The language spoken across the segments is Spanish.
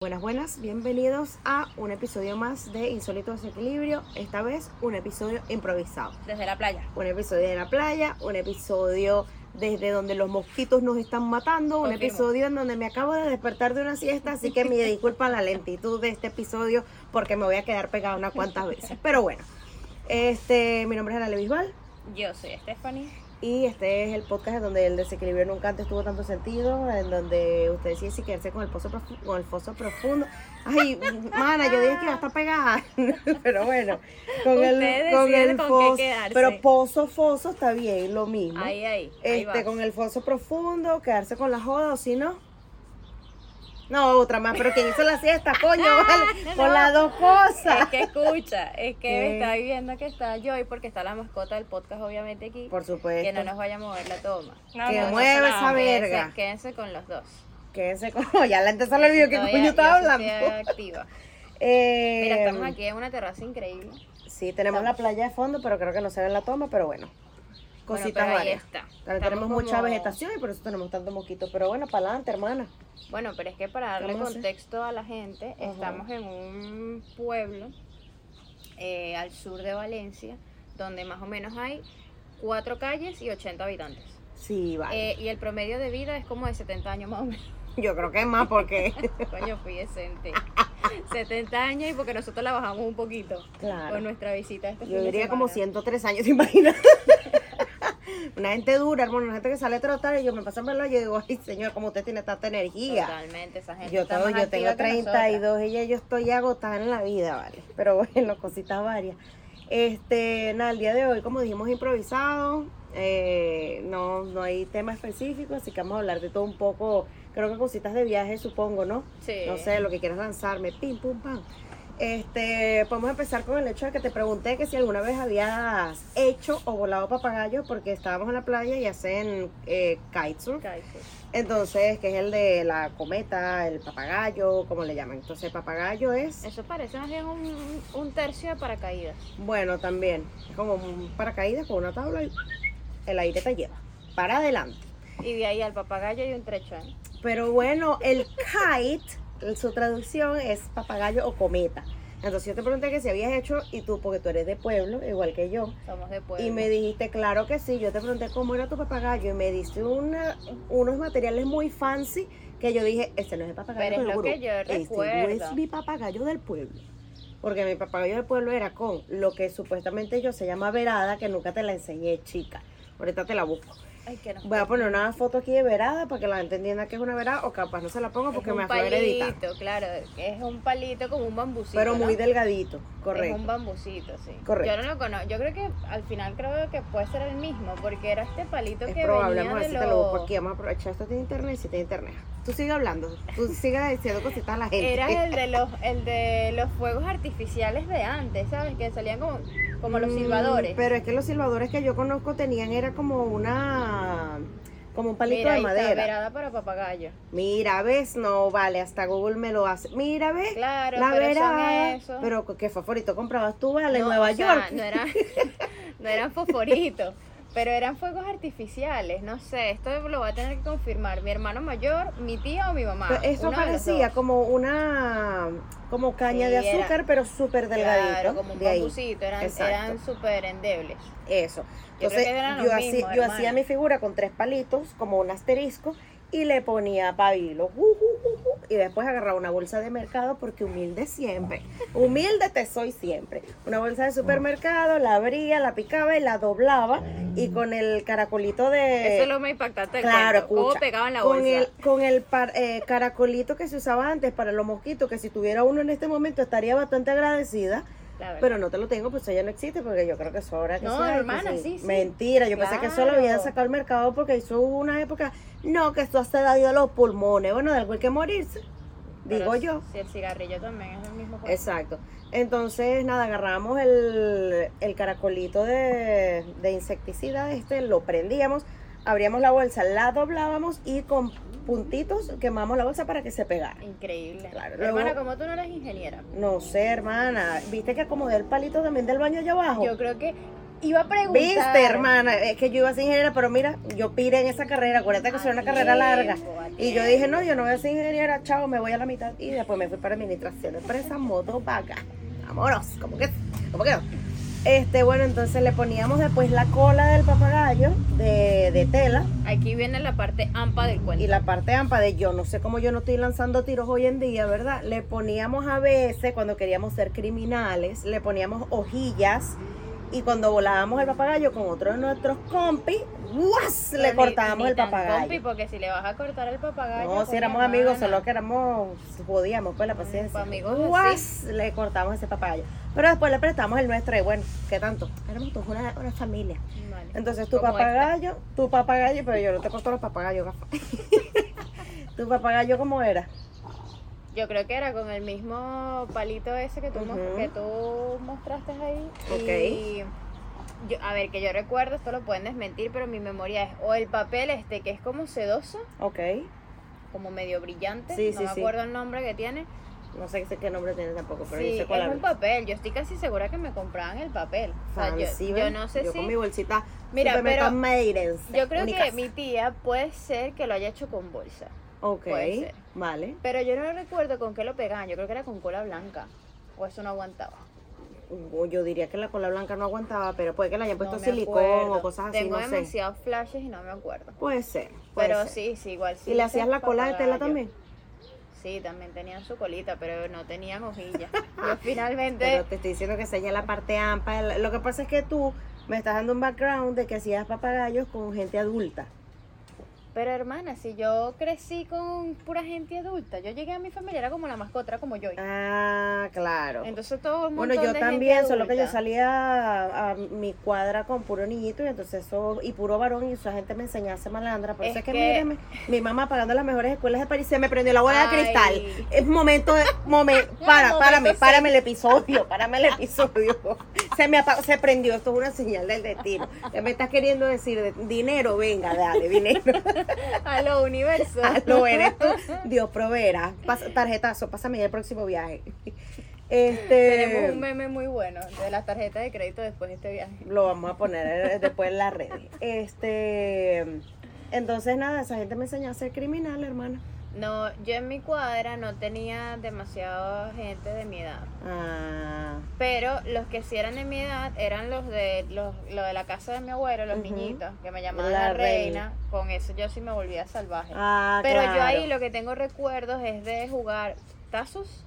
Buenas, buenas, bienvenidos a un episodio más de Insólito Desequilibrio, esta vez un episodio improvisado. Desde la playa. Un episodio de la playa, un episodio desde donde los mosquitos nos están matando, un Confirmo. episodio en donde me acabo de despertar de una siesta, así que me disculpa la lentitud de este episodio porque me voy a quedar pegada unas cuantas veces. Pero bueno, este, mi nombre es Ana Bisbal Yo soy Stephanie. y este es el podcast en donde el desequilibrio nunca antes tuvo tanto sentido, en donde usted decide si quedarse con el, pozo profu- con el foso profundo. Ay, mana, yo dije que iba a estar pegada, pero bueno, con Usted el, con decide el con qué foso. quedarse. Pero pozo, foso está bien, lo mismo. Ahí, ahí. ahí Este, va. con el foso profundo, quedarse con la joda, o si no. No, otra más, pero quien hizo la siesta, coño, vale, con No. las dos cosas. Es que escucha, es que ¿Qué? me está viendo que está Joy porque está la mascota del podcast obviamente aquí. Por que supuesto. no nos vaya a mover la toma. No, que no, no, mueva no, esa no, Quédense- verga. Quédense con los dos. Quédense con. Ya la gente se le olvidó que Todavía- coño estaba yo sí hablando. estoy activa. Eh, Mira, estamos aquí en una terraza increíble. Bueno, Sí, tenemos la playa de fondo, pero creo que no se ve en la toma, pero bueno. Cositas pero ahí varias. está. También Estamos tenemos mucha como- vegetación y por eso tenemos tantos mosquitos. Pero bueno, para adelante, hermana. Bueno, pero es que para darle Vamos a hacer. contexto a la gente, Ajá. estamos en un pueblo eh, al sur de Valencia, donde más o menos hay cuatro calles y 80 habitantes. Sí, vale. Eh, y el promedio de vida es como de 70 años más o menos. Yo creo que es más porque. Coño, fui decente. 70 años y porque nosotros la bajamos un poquito claro. con nuestra visita este fin Yo de diría como semana. 103 años, ¿te imaginas? una gente dura, hermano, una gente que sale a trotar y yo me paso en verlo y yo digo, ay, señor, como usted tiene tanta energía. Totalmente, esa gente Yo, está tengo- más yo tengo activa que nosotras. 32 y ya yo estoy agotada en la vida, ¿vale? Pero bueno, cositas varias. Este, nada, el día de hoy, como dijimos, improvisado, eh, no, no hay tema específico, así que vamos a hablar de todo un poco, creo que cositas de viaje, supongo, ¿no? Sí. No sé, lo que quieras lanzarme, pim, pum, pam. Este, podemos empezar con el hecho de que te pregunté que si alguna vez habías hecho o volado papagayos porque estábamos en la playa y hacen eh, kitesurf. Kaiser. Entonces, que es el de la cometa, el papagayo, como le llaman. Entonces, papagayo es, Eso parece más bien un, un tercio de paracaídas. bueno, también, es como un paracaídas con una tabla y el aire te lleva para adelante. Y de ahí al papagayo y un trecho. ¿eh? Pero bueno, el kite, el- su traducción es papagayo o cometa. Entonces, yo te pregunté que si habías hecho, y tú, porque tú eres de pueblo, igual que yo, Somos de pueblo. y me dijiste, claro que sí. Yo te pregunté cómo era tu papagayo, y me diste una, unos materiales muy fancy que yo dije, este no es el papagayo Pero es del lo que grupo. yo Este recuerdo. es mi papagayo del pueblo. Porque mi papagayo del pueblo era con lo que supuestamente yo se llama verada, que nunca te la enseñé, chica. Ahorita te la busco. Ay, que no. Voy a poner una foto aquí de verada para que la gente entienda que es una verada, o capaz no se la pongo porque es me un la a editar. palito, claro. Es un palito como un bambucito. Pero muy ¿no? delgadito, correcto. Es un bambucito, sí. Correcto. Yo no lo conozco. Yo creo que al final creo que puede ser el mismo, porque era este palito Es que probable, venía vamos a ver de si te lo busco los... aquí, vamos a aprovechar esto tiene internet, si tiene internet. Tú sigue hablando, tú sigue diciendo cositas a la gente. Era el de los, el de los fuegos artificiales de antes, ¿sabes? Que salían como, como los Mm, silbadores. Pero es que los silbadores que yo conozco tenían era como una como un palito Mira, de ahí está, madera. verada para papagayo. Mira, ves, no vale, hasta Google me lo hace. Mira, ves. Claro, la pero verada. son eso. Pero qué favorito comprabas tú, vale, en No, Nueva o sea, York. No eran, no eran fosforitos, pero eran fuegos artificiales. No sé, esto lo va a tener que confirmar mi hermano mayor, mi tía o mi mamá. Pero eso uno de los parecía dos. como una como caña Sí, de era- azúcar, pero súper delgadito. Claro, como un de ahí. bambucito, eran, Exacto. eran súper endebles. Eso. Yo creo que Entonces, eran yo, los hacía, mismos, yo hermano. hacía mi figura con tres palitos, como un asterisco, y le ponía pabilo. ju, ju, ju, ju, y después agarraba una bolsa de mercado, porque humilde siempre. Humilde te soy siempre. Una bolsa de supermercado, la abría, la picaba y la doblaba. Y con el caracolito de. Eso es lo más impactante del Eh, Claro, cuento, cómo escucha, pegaban la con bolsa. el, con el par- eh, caracolito que se usaba antes para los mosquitos, que si tuviera uno en este momento estaría bastante agradecida. La verdad. Pero no te lo tengo, pues ella no existe, porque yo creo que eso ahora que No, se da, que hermana, sí, sí. Mentira, yo pensé que eso lo Claro. habían sacado al mercado porque eso hubo una época. No, que eso hace daño a los pulmones. Bueno, de algo hay que morirse, Pero digo yo. Si el cigarrillo también es el mismo. pues, cuento. Exacto. Entonces, nada, agarramos el, el caracolito de, de insecticida este, lo prendíamos, abríamos la bolsa, la doblábamos y con puntitos quemamos la bolsa para que se pegara. Increíble. Claro, Hermana, luego- como tú no eres ingeniera, No sé, hermana, viste que acomodé el palito también del baño allá abajo. yo creo que iba a preguntar. Viste, hermana, es que yo iba a ser ingeniera, pero mira, yo piré en esa carrera, acuérdate que A será una carrera larga. tiempo, a Y yo dije, no, yo no voy a ser ingeniera, chao, me voy a la mitad. Y después me fui para administración de empresas, moto, vaca. Vámonos, ¿cómo que? ¿Cómo que no? Este, bueno, entonces le poníamos después la cola del papagayo de, de tela Aquí viene la parte ampa del cuento. y la parte ampa de yo no sé cómo yo no estoy lanzando tiros hoy en día, ¿verdad? Le poníamos a veces, cuando queríamos ser criminales, le poníamos hojillas y cuando volábamos el papagayo con otro de nuestros compis, ¡guas! Pero le ni- cortábamos ni el tan compi, papagayo. porque si le vas a cortar el papagayo. pues, No, si coño, éramos amigos, hermana. solo que éramos, jodíamos pues la Pa' paciencia. amigos ¡Guas! Le cortamos ese papagayo. Pero después le prestamos el nuestro y bueno, ¿qué tanto? Éramos todos una, una familia. Vale. Entonces tu Como papagayo, tu papagayo, pero yo no te corto los papagayos, gafa. ¿Tu papagayo cómo era? Yo creo que era con el mismo palito ese que tú, mos- Ujú. que tú mostraste ahí. Ok. Y yo- a ver, que yo recuerdo, esto lo pueden desmentir, pero mi memoria es o el papel este que es como sedoso, Ok. como medio brillante, Sí, no sí, me sí. acuerdo el nombre que tiene. No sé qué- qué nombre tiene tampoco, pero yo sí, sé es cuál un habla. papel, yo estoy casi segura que me compraban el papel. O sea, yo- Fancy, yo, ¿ven? no sé Yo si... con mi bolsita. Mira, supermercado pero Meirense, Yo creo que Unicasa. mi tía puede ser que lo haya hecho con bolsa, Ok, puede ser. vale. pero yo no recuerdo con qué lo pegaban, yo creo que era con cola blanca, o eso no aguantaba. Uh, Yo diría que la cola blanca no aguantaba, pero puede que le hayan puesto No me silicón acuerdo. o cosas así, Tengo no sé. demasiados flashes y no me acuerdo. Puede ser. puede Pero ser. sí, sí, igual sí. ¿Y le hice hacías la cola de tela papagayo. también? Sí, también tenían su colita, pero no tenían hojillas. Yo finalmente. Pero te estoy diciendo que sería la parte ampa. El- Lo que pasa es que tú me estás dando un background de que hacías papagayos con gente adulta. Pero hermana, si yo crecí con pura gente adulta, yo llegué a mi familia, era como la mascota, era como yo. Ah, claro. Entonces todo un Bueno, montón yo de gente también, solo que yo adulta. salía a, a mi cuadra con puro niñito y entonces eso, y puro varón, y esa gente me enseñaba a ser malandra. Por eso Es es que, que- mírame, mi mamá pagando las mejores escuelas de París se me prendió la bola Ay. de cristal. Es momento, de- momen- para, momento párame, serio. párame el episodio, párame el episodio. Se me apagó, se prendió, esto es una señal del destino. ¿Qué me estás queriendo decir? De- Dinero, venga, dale, dinero. A lo universo. Lo eres tú, Dios proveerá. Pas- tarjetazo, pásame ya el próximo viaje. Este, Tenemos un meme muy bueno de las tarjetas de crédito después de este viaje. lo vamos a poner eh, después en la red. Este, entonces nada, esa gente me enseñó a ser criminal, hermana. No, yo en mi cuadra no tenía demasiada gente de mi edad. Ah, Pero los que sí eran de mi edad eran los de los, lo de la casa de mi abuelo, los Ujú. niñitos, que me llamaban La la, reina. reina. Con eso yo sí me volvía salvaje. ah, Pero yo claro. ahí lo que tengo recuerdos es de jugar tazos.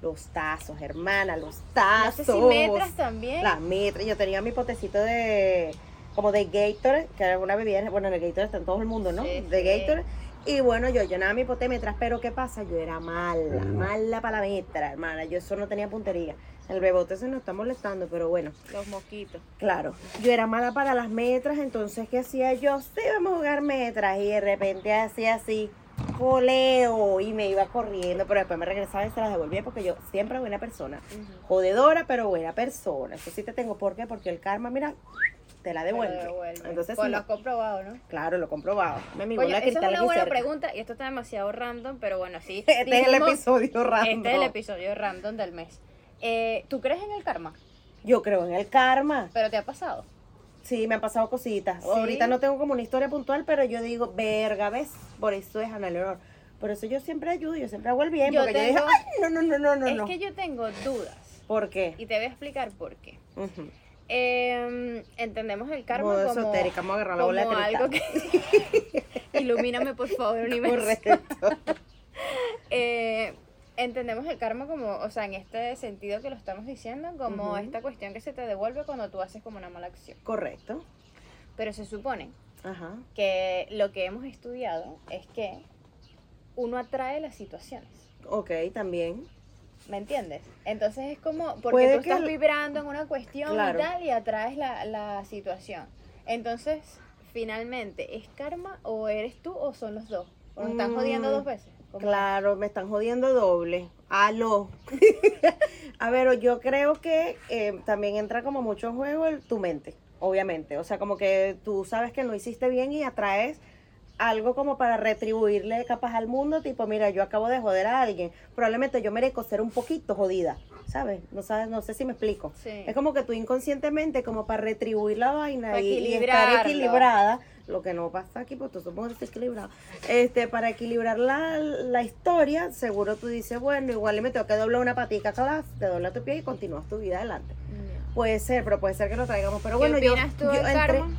los tazos, hermana, los No tazos. sé si metras también. La metra, yo tenía mi potecito de como de Gatorade, que era una bebida, bueno, en el Gatorade está en todo el mundo, ¿no? Sí, de sí. Gatorade. Y bueno, yo llenaba mi pote de metras, pero ¿qué pasa? Yo era mala, mala para la metra, hermana. Yo eso no tenía puntería. El rebote se nos está molestando, pero bueno. Los mosquitos. Claro, yo era mala para las metras, entonces ¿qué hacía yo? Sí, vamos a jugar metras y de repente hacía así, coleo y me iba corriendo, pero después me regresaba y se las devolvía porque yo siempre buena persona, jodedora pero buena persona, eso sí te tengo, ¿por qué? Porque el karma, mira, te la Te lo devuelve. devuelve. Entonces, pues no. lo has comprobado, ¿no? claro, lo he comprobado. Me mi Coño, bola de esa es cristal una aquí buena cerca. pregunta y esto está demasiado random, pero bueno, sí. Este es el dijimos- episodio random. Este es el episodio random del mes. Eh, ¿Tú crees en el karma? Yo creo en el karma. ¿Pero te ha pasado? Sí, me han pasado cositas. Sí. Ahorita no tengo como una historia puntual, pero yo digo, verga, ¿ves? Por eso es Ana Leonor. Por eso yo siempre ayudo, yo siempre hago el bien. Yo porque yo tengo- dije, "Ay, no, no, no, no, no. es no". que yo tengo dudas ¿Por qué? y te voy a explicar por qué. Ujú. Eh, entendemos el karma Modo como, esotérica, vamos a agarrar la como bola de algo cristal. que... Ilumíname, por favor, universo. Correcto. Eh, entendemos el karma como, o sea, en este sentido que lo estamos diciendo, como Ujú. esta cuestión que se te devuelve cuando tú haces como una mala acción. Correcto. Pero se supone Ajá. que lo que hemos estudiado es que uno atrae las situaciones. Ok, también. ¿Me entiendes? Entonces es como, porque Puede tú que estás el- vibrando en una cuestión Claro. y tal y atraes la, la situación. Entonces, finalmente, ¿es karma o eres tú o son los dos? ¿O nos están Mm, jodiendo dos veces? Como- Claro, me están jodiendo doble. Aló. A ver, yo creo que eh, también entra como mucho en juego el- tu mente, obviamente. O sea, como que tú sabes que no hiciste bien y atraes algo como para retribuirle capaz al mundo, tipo, mira, yo acabo de joder a alguien, probablemente yo merezco ser un poquito jodida, ¿sabes? No sabes, no sé si me explico. Sí. Es como que tú inconscientemente, como para retribuir la vaina Para y, y estar equilibrarlo. equilibrada, lo que no pasa aquí, pues tú somos desequilibrados, este, para equilibrar la, la historia, seguro tú dices, bueno, igual me tengo que doblar una patica, claro, te dobla tu pie y continúas tu vida adelante. Puede ser, pero puede ser que lo traigamos. Pero Mm. ¿Qué Ah, bueno, yo, opinas tú yo del entre, karma?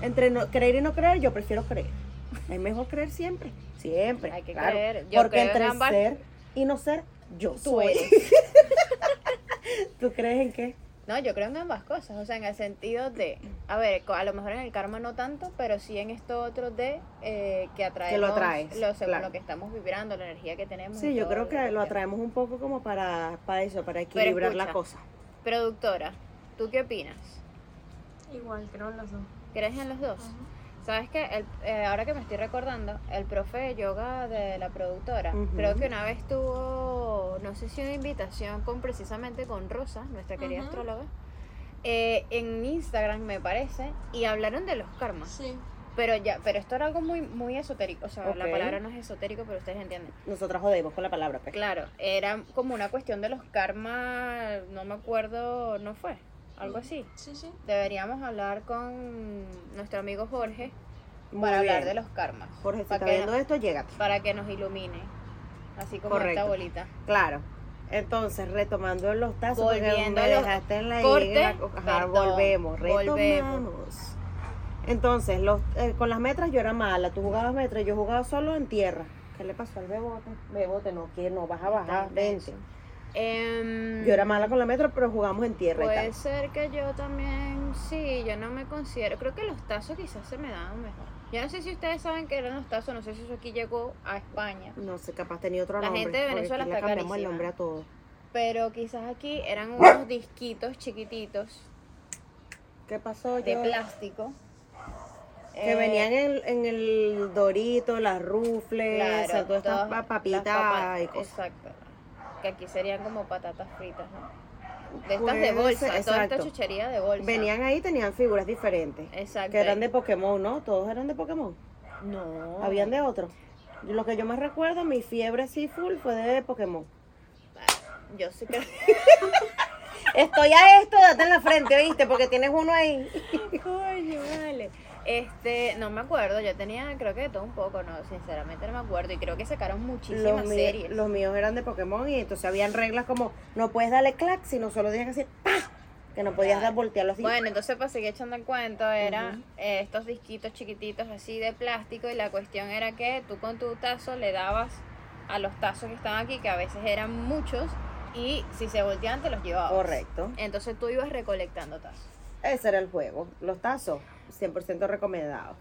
entre no, creer y no creer, yo prefiero creer. Es mejor creer siempre, siempre. Hay que claro, creer. Yo porque creo en entre ambas. ser y no ser, yo Tú soy. eres. ¿Tú crees en qué? No, yo creo en ambas cosas, o sea, en el sentido de, a ver, co- a lo mejor en el karma no tanto, pero sí en esto otro de eh, que atraemos atraes, lo, según claro. lo que estamos vibrando, la energía que tenemos. y Sí, yo todo creo que lo que- atraemos un poco como para, para eso, para equilibrar la escucha. cosa. Productora, ¿tú qué opinas? Igual, creo en los dos. ¿Crees en los dos? ¿Sabes qué? El- eh, ahora que me estoy recordando, el profe de yoga de la productora, Ujú. creo que una vez tuvo, no sé si una invitación con precisamente con Rosa, nuestra querida Ujú. astróloga, eh, en Instagram me parece, y hablaron de los karmas. Sí. Pero ya, pero esto era algo muy, muy esotérico, o sea, la Ok. palabra no es esotérico, pero ustedes entienden. Nosotras jodemos con la palabra. pues. Claro, era como una cuestión de los karmas, no me acuerdo, no fue, algo así. Sí, sí. Deberíamos hablar con nuestro amigo Jorge Muy para hablar bien. de los karmas. Jorge, si para está que, viendo esto, llégate. para que nos ilumine. Así como Correcto. esta bolita. Claro. Entonces, retomando los tazos, porque Volviendo me a los dejaste en la cortes, en la- ajá, perdón, volvemos, retomamos. volvemos. Entonces, los, eh, con las metras yo era mala, tú jugabas metras, yo jugaba solo en tierra. ¿Qué le pasó al bebote? Bebote, no, que no vas a bajar, Entonces, vente. Em, Yo era mala con la metra, pero jugamos en tierra y Puede tal. ser que yo también, sí, yo no me considero, creo que los tazos quizás se me daban mejor. Yo no sé si ustedes saben que eran los tazos, no sé si eso aquí llegó a España, No sé, capaz tenía otro La nombre. gente de porque Venezuela aquí le está cambiamos el carísima. nombre a todo. pero quizás aquí eran unos disquitos chiquititos ¿Qué pasó? de yo? plástico. Que Eh, venían eh, en, en el dorito, las rufles, claro, o sea, todas estas todas pa- las papitas papas, y cosas. Exacto. Que aquí serían como patatas fritas, ¿no? De estas Puede de ser, bolsa, de toda esta Pues, exacto. chuchería de bolsa. Venían ahí, tenían figuras diferentes. Exacto. Que eran de Pokémon, ¿no? Todos eran de Pokémon. No. Habían de otros. Lo que yo más recuerdo, mi fiebre así full fue de Pokémon. Yo sí creo. Estoy a esto, date en la frente, ¿oíste? Porque tienes uno ahí. Coño, vale. Este, no me acuerdo, yo tenía creo que de todo un poco, no, sinceramente no me acuerdo y creo que sacaron muchísimas Los, mi- series. los míos eran de Pokémon y entonces habían reglas como no puedes darle clac, sino solo tienes que hacer ¡pa! Que no podías dar voltearlo así. Bueno, entonces para seguir echando el cuento, era Ujú. eh, estos disquitos chiquititos así de plástico y la cuestión era que tú con tu tazo le dabas a los tazos que estaban aquí, que a veces eran muchos, y si se volteaban te los llevabas. Correcto. Entonces tú ibas recolectando tazos. Ese era el juego. Los tazos, 100% recomendado.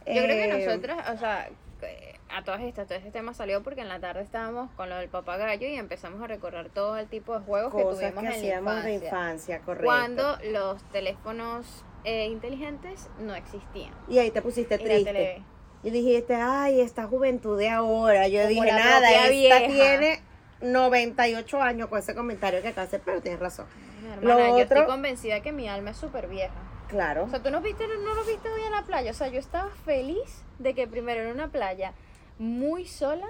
Yo creo que Eh, nosotras, o sea, que a todas estas, todo este tema salió porque en la tarde estábamos con lo del papagayo y empezamos a recordar todo el tipo de juegos que Cosas que, tuvimos en la hacíamos infancia. de infancia, correcto. cuando los teléfonos eh, inteligentes no existían. Y ahí te pusiste Y la triste. tele- Y dijiste, ay, esta juventud de ahora. Yo Como dije, la nada, esta propia vieja". tiene 98 años con ese comentario que acá hace, pero tienes razón. Mi hermana, yo estoy otro- convencida que mi alma es súper vieja. Claro. O sea, tú no viste, no lo viste hoy en la playa. O sea, yo estaba feliz de que primero era una playa muy sola,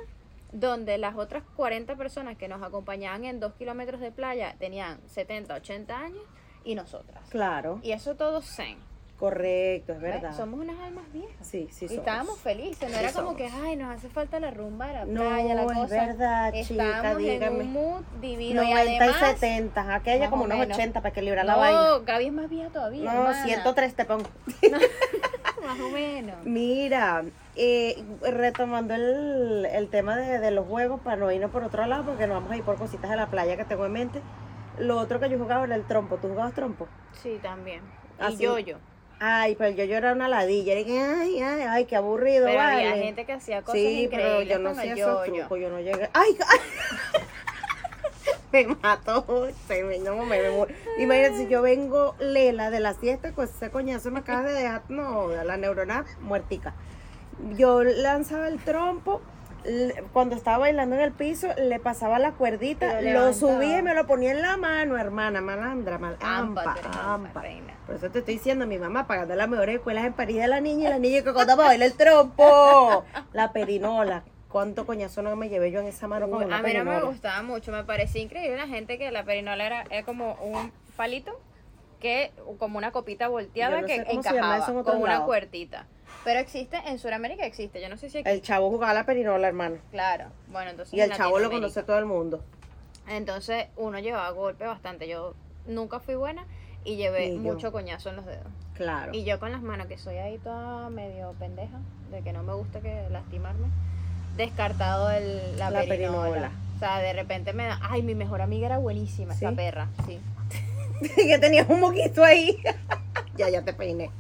donde las otras 40 personas que nos acompañaban en dos kilómetros de playa tenían 70, 80 años y nosotras. Claro. Y eso todo zen. Correcto, es ¿ves? verdad. Somos unas almas viejas. Sí, sí, Y somos. estábamos felices, no Sí era como somos. que, ay, nos hace falta la rumba, la No, playa, la es cosa. verdad, chica, Estábamos en dígame. un mood divino. 90 y y, además, 70, aquella más como o unos menos. 80 para equilibrar la no, vaina. Gaby es más vieja todavía. No, hermana. 103 te pongo. Más o menos. Mira, eh, retomando el, el tema de, de los juegos, para no irnos por otro lado, porque nos vamos a ir por cositas de la playa que tengo en mente. Lo otro que yo jugaba era el trompo. ¿Tú jugabas trompo? Sí, también. Así. Y yo-yo. Ay, pero yo, yo era una ladilla. Era que, ay, ay, ay, qué aburrido, Pero vale. había gente que hacía cosas sí, pero increíbles yo no con sé el esos yo-yo. trucos. Yo no llegué. ¡Ay! ay. me mató. Se me, no, me, me muero. Imagínate si yo vengo lela de la siesta, pues ese coñazo me acaba de dejar. No, la neurona muertica. Yo lanzaba el trompo. l- cuando estaba bailando en el piso, le pasaba la cuerdita, lo Lo levantaba. subía y me lo ponía en la mano, hermana, malandra, mal, Ampa, ampa, tú eres ampa, ampa. reina. Por eso te estoy diciendo, mi mamá pagando las mejores escuelas en París de la niña y la niña que contaba bailar el trompo. La perinola. ¿Cuánto coñazo no me llevé yo en esa mano con Uy, una a mí no me perinola? gustaba mucho, me parecía increíble la gente que la perinola era, era como un palito que como una copita volteada Yo no que sé cómo se llama encajaba eso en con otros una lados. cuertita. Pero existe, en Sudamérica existe, yo no sé si aquí. El chavo jugaba a la perinola, hermano. claro, bueno, entonces. Eh, Y en el chavo lo Latinoamérica. conoce todo el mundo. Entonces uno llevaba golpe bastante. Yo nunca fui buena y llevé Ni yo. mucho coñazo en los dedos. Claro. Y yo con las manos, que soy ahí toda medio pendeja, de que no me gusta que lastimarme, descartado el, la, La perinola. perinola. O sea, de repente me da, ay, mi mejor amiga era buenísima, esa ¿Sí? perra, sí. que tenías un moquito ahí. ya, ya te peiné.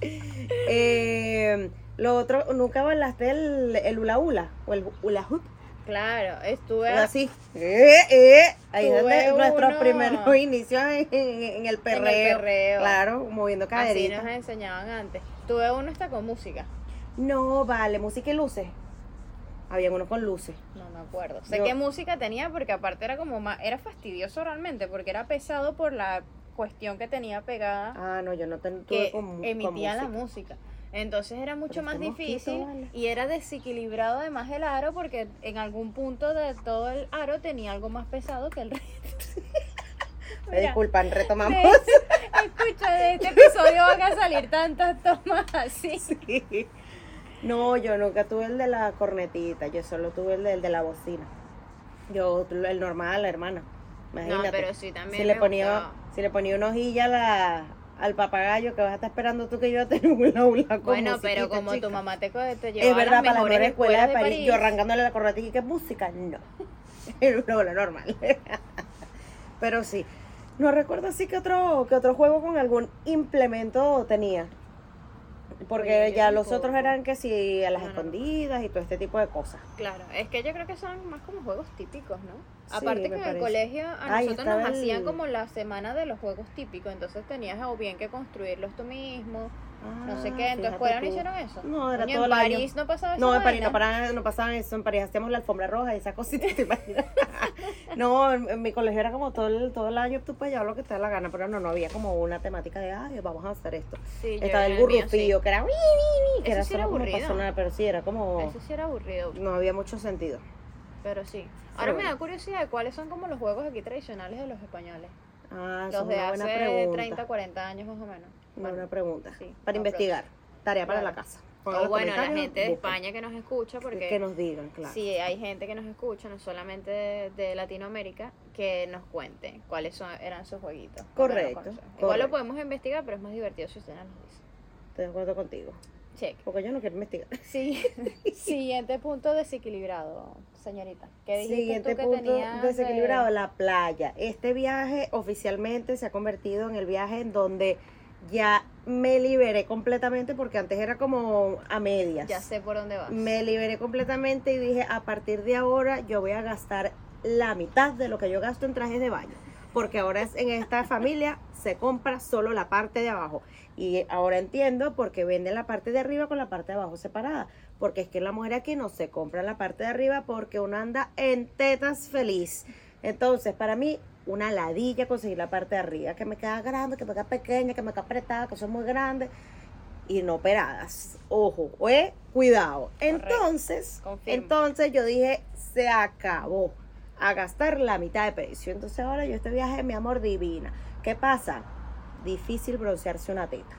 Eh, lo otro, ¿nunca bailaste el, el hula hula? ¿O el hula hoop? Claro, estuve... Era así. Eh, eh. Ahí es Tuve donde nuestros uno. primeros inicios en, en- en el perreo. perreo. Claro, moviendo Así caderitas. nos enseñaban antes. Tuve uno hasta con música, No, vale, música y luces. Había uno con luces. no me acuerdo. Sé Yo- qué música tenía porque aparte era como más, era fastidioso realmente porque era pesado por la cuestión que tenía pegada. Ah, no, yo no ten- tuve que con, mu- con emitía la música. música. Entonces era mucho Pero más este mosquito, difícil vale. y era desequilibrado además el aro porque en algún punto de todo el aro tenía algo más pesado que el resto. Me Mira, disculpan, retomamos. de- escucha, de este episodio van a salir tantas tomas así. No, yo nunca tuve el de la cornetita, yo solo tuve el del de la bocina. Yo, tu- el normal, la hermana. Imagínate. No, pero sí también. si le me ponía, gustaba. si le ponía una hojilla a la- al papagayo que vas a estar esperando tú que yo te un aula con Bueno, pero musiquita, como chica. tu mamá te, co- te llevaba Es verdad, para a las las mejores mejores escuelas de París, yo París, arrancándole la cornetita y que música, no. no, lo normal. pero sí. No recuerdo así que otro, que otro juego con algún implemento tenía. Porque Oye, yo ya los tampoco. otros eran que sí, a las No, no, no. escondidas y todo este tipo de cosas. Claro, es que yo creo que son más como juegos típicos, ¿no? Sí, Aparte me que en el parece. colegio a Ay, nosotros estaba nos el- hacían como la semana de los juegos típicos, entonces tenías o bien que construirlos tú mismo, no sé Ah, qué, en tu fíjate escuela no tú. hicieron eso. No, era Coño, todo el en año. París no pasaba eso. No, en París no, para- no pasaban eso. En París hacíamos la alfombra roja y esas cositas, ¿te imaginas? no, en, en mi colegio era como todo el, todo el año, tú puedes llevar lo que te da la gana, pero no, no había como una temática de, ay, vamos a hacer esto. Sí, yo Estaba en el mío burrufío, que era, "Uy, uy, uy", que Eso era sí era solo como aburrido. para sonar, pero sí, era sí. como, Eso sí era aburrido, no había mucho sentido. pero sí. Ahora me bueno. da curiosidad de cuáles son como los juegos aquí tradicionales de los españoles. Ah, eso es los de una buena hace pregunta. 30, 40 años más o menos. Una Bueno, buena pregunta. sí, no, para pero- investigar, tarea para Claro. la casa. Pongan O los bueno, la comentarios, gente de busquen. España que nos escucha, porque Que nos digan, claro. Si hay gente que nos escucha, no solamente de, de Latinoamérica, que nos cuente cuáles son, eran sus jueguitos. porque no Correcto, conocemos. Igual correcto. lo podemos investigar, pero es más divertido si ustedes nos lo dicen. Estoy de acuerdo contigo. Check. Porque yo no quiero investigar. Sí. Siguiente punto desequilibrado, señorita. ¿Qué dijiste Siguiente tú que punto tenías de- desequilibrado, la playa. Este viaje oficialmente se ha convertido en el viaje en donde ya me liberé completamente porque antes era como a medias. Ya sé por dónde vas. Me liberé completamente y dije, a partir de ahora yo voy a gastar la mitad de lo que yo gasto en trajes de baño. Porque ahora es- en esta familia se compra solo la parte de abajo. Y ahora entiendo por qué venden la parte de arriba con la parte de abajo separada. Porque es que la mujer aquí no se compra la parte de arriba porque uno anda en tetas feliz. Entonces, para mí, una ladilla conseguir la parte de arriba, que me queda grande, que me queda pequeña, que me queda apretada, que son muy grandes y no operadas. Ojo, ¿eh? cuidado. Entonces, Confirmo. entonces yo dije, se acabó a gastar la mitad de precio. Entonces ahora yo este viaje, mi amor, divina. ¿Qué pasa? Difícil broncearse una teta.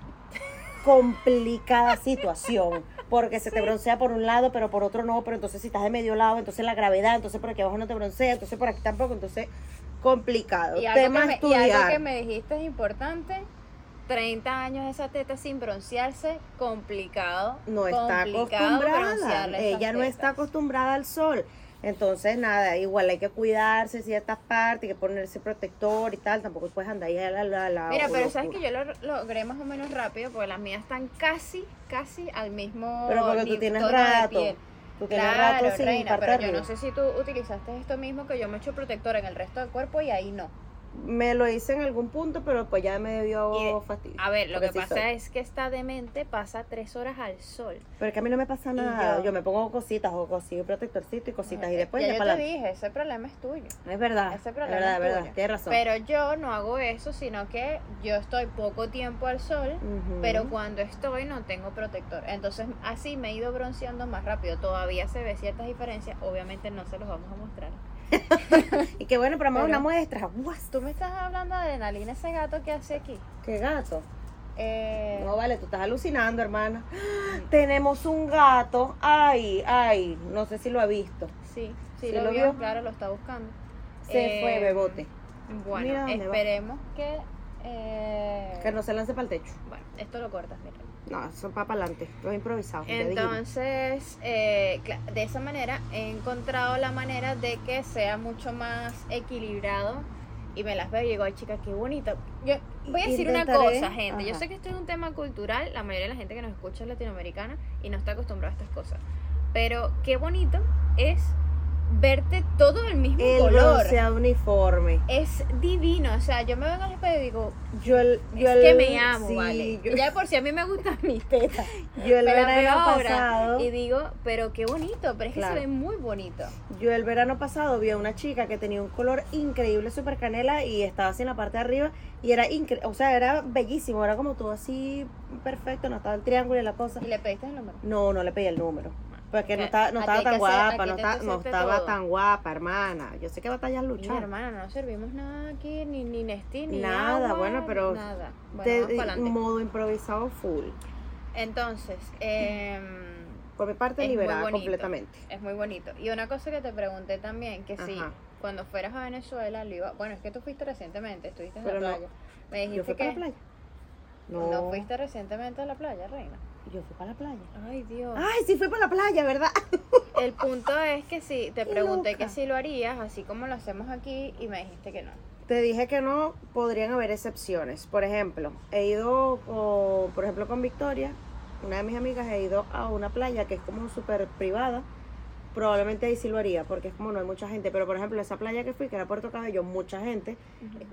Complicada situación. Porque se te broncea por un lado, pero por otro no. Pero entonces si estás de medio lado, entonces la gravedad, entonces por aquí abajo no te broncea, entonces por aquí tampoco. Entonces, complicado. y, algo que Tema me, y estudiar. algo que me dijiste es importante. 30 años esa teta sin broncearse, complicado. no está complicado acostumbrada. broncearle esas Ella no está tetas. acostumbrada al sol. Entonces, nada, igual hay que cuidarse ciertas partes, hay que ponerse protector y tal. Tampoco puedes andar ahí a la. la, la Mira, pero sabes que locura. yo lo logré más o menos rápido porque las mías están casi, casi al mismo Pero porque ni- tú tienes tono de rato. piel. Tú tienes Claro, rato sin reina, parte pero yo arriba. no sé si tú utilizaste esto mismo que yo me echo protector en el resto del cuerpo y ahí no. Me lo hice en algún punto, pero pues ya me dio Y- eh, fastidio. A ver, lo porque que sí pasa soy. es que esta demente pasa tres horas al sol. Pero que a mí no me pasa Y nada. yo- Yo me pongo cositas o consigo un protectorcito y cositas y después Ya ya yo para te dije, ese problema es tuyo. Es verdad. ese es problema verdad, es es verdad. tuyo. Tienes razón. Pero yo no hago eso, sino que yo estoy poco tiempo al sol, Ujú. pero cuando estoy no tengo protector. Entonces así me he ido bronceando más rápido. Todavía se ve ciertas diferencias, obviamente no se los vamos a mostrar. Y qué bueno, pero me da una Pero- muestra. ¡Guas! Tú me estás hablando de adrenalina, ese gato que hace aquí. ¡Qué gato! Eh, No vale, tú estás alucinando, hermana. Tenemos un gato. Ay, ay. No sé si lo ha visto. Sí, sí, ¿Sí lo, lo vio, vio? claro, lo está buscando. Se Eh, fue, bebote. Mira Bueno, dónde va. esperemos que... eh, Que no se lance para el techo. Bueno, esto lo cortas, mira. No, son para adelante. Lo he improvisado. ya dijimos. Entonces, eh, cla- de esa manera he encontrado la manera de que sea mucho más equilibrado. Y me las veo y digo, ay chica, qué bonito. Yo voy a decir una Intentaré, cosa, gente. Yo ajá. sé que esto es un tema cultural. La mayoría de la gente que nos escucha es latinoamericana y no está acostumbrada a estas cosas. Pero qué bonito es verte todo del mismo El color. bronceado uniforme. Es divino. O sea, yo me veo en el espejo y digo, Yo el, yo es que el- me amo, sí, vale. Yo, Ya de por si a mí me gustan mis tetas. yo el Me la veo verano ahora pasado. y digo, pero qué bonito, pero es que Claro. se ve muy bonito. Yo el verano pasado vi a una chica que tenía un color increíble, super canela, y estaba así en la parte de arriba, y era incre o sea, era bellísimo, era como todo así perfecto, no estaba el triángulo y la cosa. Y le pediste el número. No, no le pedí el número. Porque Aquí- no estaba, no aquí estaba hay tan que hacer- guapa, aquí no, te estaba- no entusiasma estaba todo. tan guapa, hermana. Yo sé que batallas Mi luchar. hermana, no servimos nada aquí, ni, ni Nestlé, ni Nada, agua, bueno, pero Nada. Bueno, De, vamos pa'lante. modo improvisado full. Entonces, eh, Por mi parte, Es muy liberada bonito. completamente. es muy bonito. Y una cosa que te pregunté también, que si Ajá. cuando fueras a Venezuela, lo iba- bueno, es que tú fuiste recientemente, estuviste en Pero la no. playa. Me dijiste Yo fui que para la playa. No, no. fuiste recientemente a la playa, reina. yo fui para la playa. Ay, Dios. Ay, sí fui para la playa, ¿verdad? El punto es que sí, te Qué pregunté loca. que si lo harías, así como lo hacemos aquí, y me dijiste que no. Te dije que no, podrían haber excepciones. Por ejemplo, he ido, con- por ejemplo, con Victoria, una de mis amigas, he ido a una playa que es como súper privada. Probablemente ahí sí lo haría, porque es como no hay mucha gente. Pero, por ejemplo, esa playa que fui, que era Puerto Cabello, mucha gente,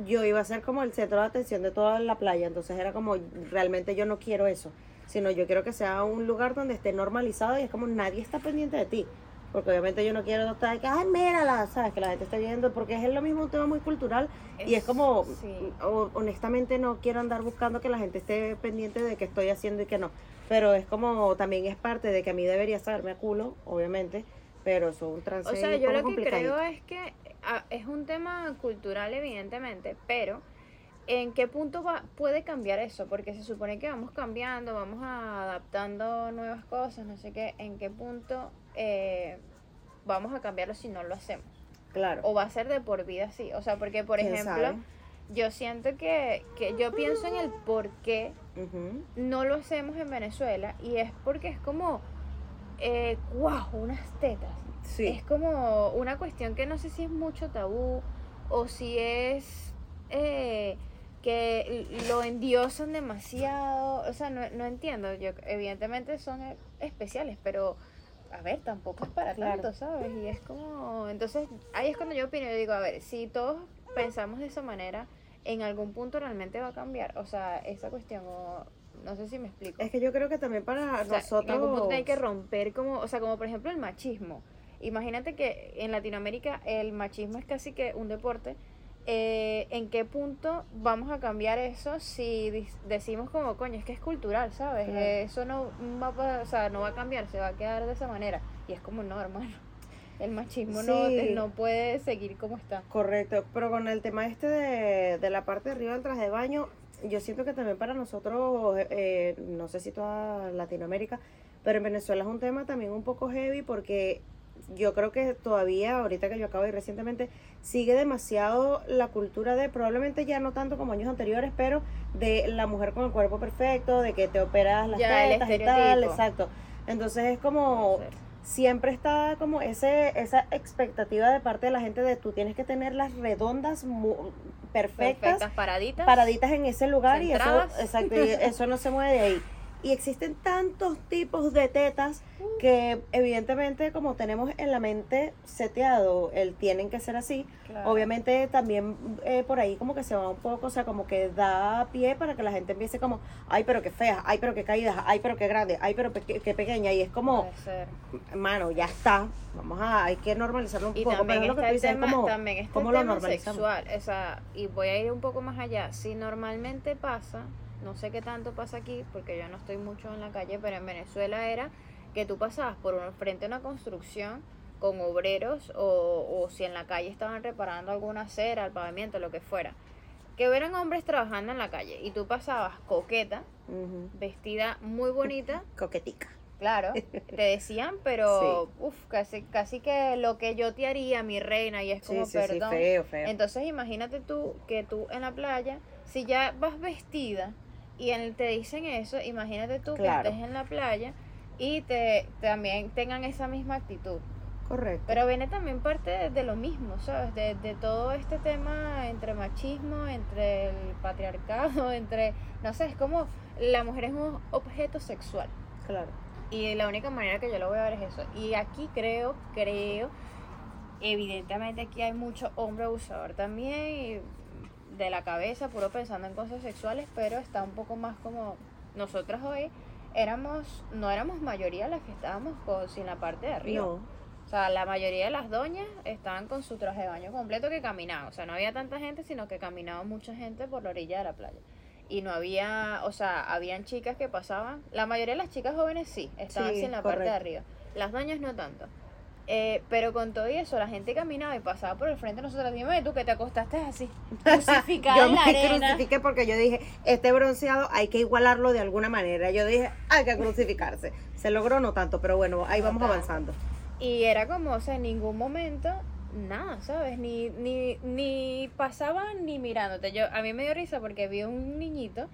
yo iba a ser como el centro de atención de toda la playa. Entonces era como, realmente yo no quiero eso, sino yo quiero que sea un lugar donde esté normalizado y es como nadie está pendiente de ti. Porque obviamente yo no quiero estar de que, ay, mírala, ¿sabes? Que la gente está viendo, porque es lo mismo un tema muy cultural y es como, Sí. o- honestamente no quiero andar buscando que la gente esté pendiente de que estoy haciendo y que no. Pero es como, también es parte de que a mí debería saberme a culo, obviamente, pero eso es un trance O sea, ahí yo como lo que complicadito. creo es que ah, es un tema cultural, evidentemente, pero ¿en qué punto va, puede cambiar eso? Porque se supone que vamos cambiando, vamos adaptando nuevas cosas, no sé qué, ¿en qué punto eh, vamos a cambiarlo si no lo hacemos? Claro. ¿O va a ser de por vida así? O sea, porque, por ¿Quién ejemplo, sabe? yo siento que, que yo pienso en el por qué Ujú. no lo hacemos en Venezuela y es porque es como, eh, wow, unas tetas. Sí. Es como una cuestión que no sé si es mucho tabú o si es eh, que lo endiosan demasiado. O sea, no, no entiendo. Yo, evidentemente son e- especiales, pero a ver, tampoco es para Claro. tanto, ¿sabes? Y es como. Entonces, ahí es cuando yo opino. Yo digo, a ver, si todos pensamos de esa manera, en algún punto realmente va a cambiar. O sea, esa cuestión. o- no sé si me explico. Es que yo creo que también para O sea, nosotros. en algún punto hay que romper como, o sea, como por ejemplo el machismo. Imagínate que en Latinoamérica el machismo es casi que un deporte. Eh, ¿En qué punto vamos a cambiar eso si dis- decimos como, coño, es que es cultural, ¿sabes? Claro. Eh, eso no va, a pa- o sea, no va a cambiar, se va a quedar de esa manera. Y es como, no, hermano, el machismo no, eh, Sí. no puede seguir como está. Correcto, pero con el tema este de, de la parte de arriba del traje de baño, yo siento que también para nosotros, eh, no sé si toda Latinoamérica, pero en Venezuela es un tema también un poco heavy porque yo creo que todavía, ahorita que yo acabo de ir recientemente, sigue demasiado la cultura de, probablemente ya no tanto como años anteriores, pero de la mujer con el cuerpo perfecto, de que te operas las Ya, el tetas y tal, estereotipo. exacto. Entonces es como, Puede ser. siempre está como ese, esa expectativa de parte de la gente de tú tienes que tener las redondas mu- perfectas, Perfectas, paraditas. paraditas en ese lugar y eso, centradas. exacto, y eso no se mueve de ahí. Y existen tantos tipos de tetas que evidentemente como tenemos en la mente seteado el tienen que ser así, Claro. obviamente también eh, por ahí como que se va un poco, o sea, como que da pie para que la gente empiece como, ay, pero qué feas, ay, pero qué caídas, ay, pero qué grande, ay, pero pe- qué, qué pequeña. Y es como, Puede ser. mano, ya está, vamos a, hay que normalizarlo un Y poco, pero también es lo que está, tú el dices, es tema, como, también está cómo el lo tema normalizamos. sexual. O sea, y voy a ir un poco más allá. Si normalmente pasa, no sé qué tanto pasa aquí, porque yo no estoy mucho en la calle, pero en Venezuela era que tú pasabas por un, frente a una construcción con obreros o, o si en la calle estaban reparando alguna acera, el pavimento, lo que fuera. Que eran hombres trabajando en la calle y tú pasabas coqueta, Ujú. vestida muy bonita, Coquetica. Claro, te decían, pero uf, casi, casi que lo que yo te haría, mi reina, y es como perdón. feo, feo. Entonces imagínate tú que tú en la playa, si ya vas vestida y en- te dicen eso, imagínate tú Claro. que estés en la playa y te también tengan esa misma actitud. Correcto. Pero viene también parte de, de lo mismo, ¿sabes? De, de todo este tema entre machismo, entre el patriarcado, entre, no sé, es como la mujer es un objeto sexual. claro. Y la única manera que yo lo voy a ver es eso. Y aquí creo, creo, evidentemente aquí hay mucho hombre abusador también, y de la cabeza, puro pensando en cosas sexuales, pero está un poco más como nosotras hoy. Éramos, no éramos mayoría las que estábamos con, sin la parte de arriba. No, O sea, la mayoría de las doñas estaban con su traje de baño completo que caminaban. O sea, no había tanta gente, sino que caminaba mucha gente por la orilla de la playa. Y no había, o sea, habían chicas que pasaban. La mayoría de las chicas jóvenes sí, estaban Sí, sin la parte de correcto. arriba. Las doñas no tanto. Eh, pero con todo y eso, la gente caminaba y pasaba por el frente de nosotros. Dime tú que te acostaste así, crucificada yo en la me arena. crucifiqué porque yo dije, este bronceado hay que igualarlo de alguna manera. Yo dije, hay que crucificarse. Se logró no tanto, pero bueno, ahí No vamos tanto. avanzando. Y era como, o sea, en ningún momento, nada, ¿sabes? Ni, ni, ni pasaban ni mirándote. Yo, a mí me dio risa porque vi un niñito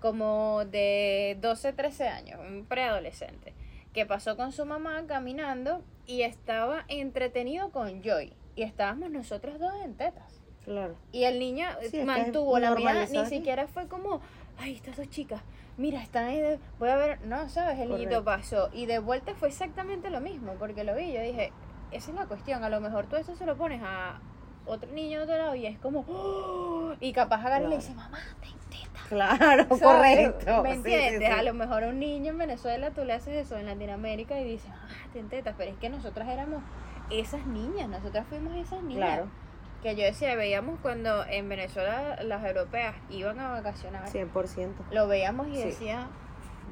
como de 12, 13 años, un preadolescente, que pasó con su mamá caminando y estaba entretenido con Joy. Y estábamos nosotros dos en tetas. Claro. Y el niño eh, Sí, es que es mantuvo la mirada, ni normalizado aquí. siquiera fue como, ay, estas dos chicas, mira, están ahí, de- voy a ver, no, sabes, el niñito Correcto. pasó. Y de vuelta fue exactamente lo mismo, porque lo vi, yo dije, esa es la cuestión, a lo mejor tú eso se lo pones a otro niño de otro lado y es como, "Oh", y capaz agarra y le Claro. dice, mamá, te intenta. Claro, Oh, correcto. ¿Me Sí, sí, entiendes? sí. A lo mejor a un niño en Venezuela tú le haces eso en Latinoamérica y dices, ah, te intenta, pero es que nosotras éramos esas niñas, nosotras fuimos esas niñas. Claro, Que yo decía, veíamos cuando en Venezuela las europeas iban a vacacionar, 100%. lo veíamos y Sí. decía,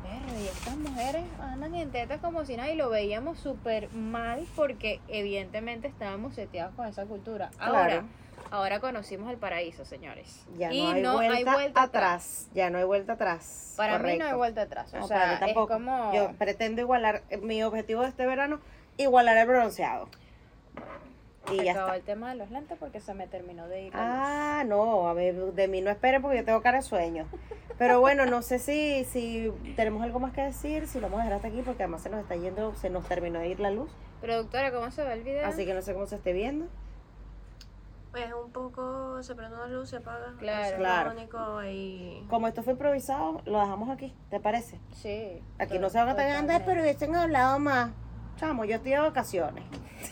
"Verga, y estas mujeres andan en tetas como si nada, y lo veíamos súper mal porque evidentemente estábamos seteados con esa cultura. Ahora, Claro. ahora conocimos el paraíso, señores. Ya y no hay vuelta, atrás. Ya no hay vuelta atrás. Para mí no hay Correcto. vuelta atrás. O No, para mí sea, es tampoco. como... Yo pretendo igualar, mi objetivo de este verano, igualar el bronceado. Y se ya acabó está. el tema de los lentes porque se me terminó de ir. la luz. Ah, no, a mí, de mí no esperen porque yo tengo cara de sueño. Pero bueno, no sé si, si tenemos algo más que decir, si lo vamos a dejar hasta aquí porque además se nos está yendo, se nos terminó de ir la luz, Productora, ¿cómo se ve el video? así que no sé cómo se esté viendo. Es Pues un poco, se prende una luz, se apaga. Claro. eso es lo Claro. único y... Como esto fue improvisado, lo dejamos aquí, ¿te parece? Sí. Aquí to- no se van a tener andar, totalmente. pero hubiesen hablado más. Chamo, yo estoy de vacaciones.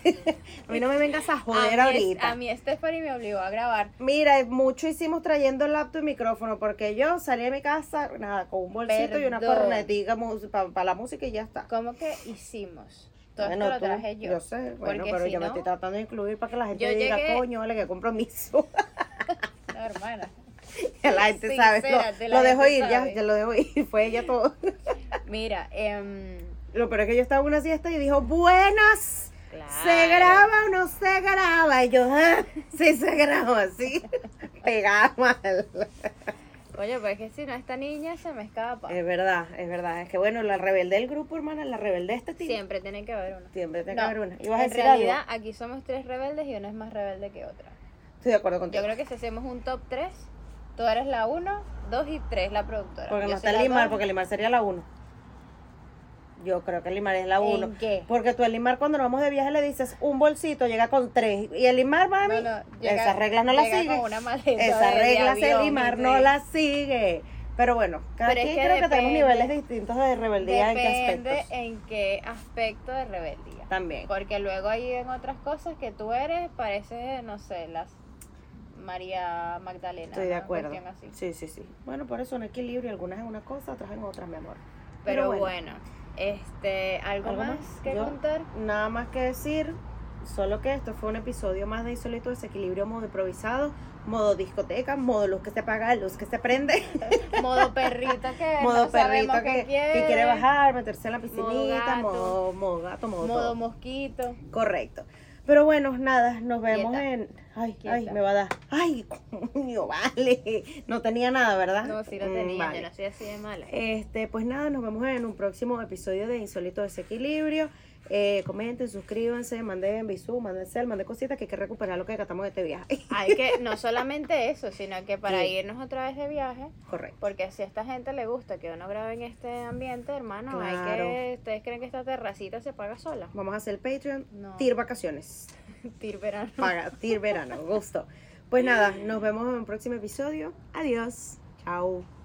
a mí no me vengas a A joder mí es- ahorita. A mí Stephanie me obligó a grabar. Mira, mucho hicimos trayendo laptop y micrófono porque yo salí de mi casa, nada, con un bolsito y una Perdón. cornetica para la música y ya está. ¿Cómo que hicimos? Todo Bueno, esto lo tú, traje yo. sé, bueno, Porque pero si yo me no- estoy tratando de incluir para que la gente Yo diga, llegué- coño, vale, qué compromiso. No, hermana. Que la gente sabe, lo- Sincérate, lo, la dejo gente ir, ya, sabe. ya lo dejo ir, fue ella todo. Mira, em, Lo peor es que yo estaba en una siesta y dijo, buenas, claro. ¿se graba o no se graba? Y yo, ah, sí se graba, sí, pegada mal. Oye, pues es que si no, esta niña se me escapa. Es verdad, es verdad, es que bueno, la rebelde del grupo, hermana, la rebelde de este tipo. Siempre tiene que haber una. Siempre tiene No, que haber una. Y vas a en decir realidad, algo. aquí somos tres rebeldes y una es más rebelde que otra. Estoy de acuerdo Yo contigo. creo que si hacemos un top 3, tú eres la 1, 2 y 3, la productora. Porque Yo no soy está la Limar, dos. porque Limar sería la 1. Yo creo que Limar es la ¿En 1. qué? Porque tú a Limar cuando nos vamos de viaje le dices un bolsito, llega con tres. Y el Limar, mami, No, no, llega- esas reglas no las llega sigue. con una maleta Esas de- de reglas el avión, Limar de- no las sigue. Pero bueno, cada Pero es quien que creo que tenemos depende- niveles distintos de rebeldía en qué Depende aspectos. en qué aspecto de rebeldía. También. Porque luego hay en otras cosas que tú eres, parece, no sé, las María Magdalena. Estoy de una acuerdo. cuestión así. Sí, sí, sí. Bueno, por eso un equilibrio, algunas en una cosa, otras en otra, mi amor. Pero Pero bueno. bueno, este, ¿algo, ¿Algo más, más? que Yo- contar? Nada más que decir, solo que esto fue un episodio más de Insólito Desequilibrio Modo Improvisado, Modo Discoteca, Modo Luz que se paga, Luz que se prende, Modo perrita que Modo no Perrito sabemos que, qué quiere. que quiere bajar, meterse en la Modo piscinita, gato. modo, modo gato, modo, Modo todo. mosquito. Correcto. Pero bueno, nada, nos vemos Quieta. en. Ay, ay, Quieta. me va a dar. Ay, coño, vale. No tenía nada, ¿verdad? No, sí lo Mm, tenía, vale. yo no soy así de mala. Este, pues nada, nos vemos en un próximo episodio de Insólito Desequilibrio. Eh, comenten, suscríbanse, manden bisú, manden cel, manden cositas que hay que recuperar lo que gastamos de este viaje. Hay que, no solamente eso, sino que para Sí. irnos otra vez de viaje, Correcto. porque si a esta gente le gusta que uno grabe en este ambiente, hermano, hay Claro. que, ¿ustedes creen que esta terracita se paga sola? Vamos a hacer el Patreon. No. Tir vacaciones. Tir verano. Paga, tir verano. Gusto. Pues nada, nos vemos en un próximo episodio. Adiós. Chao.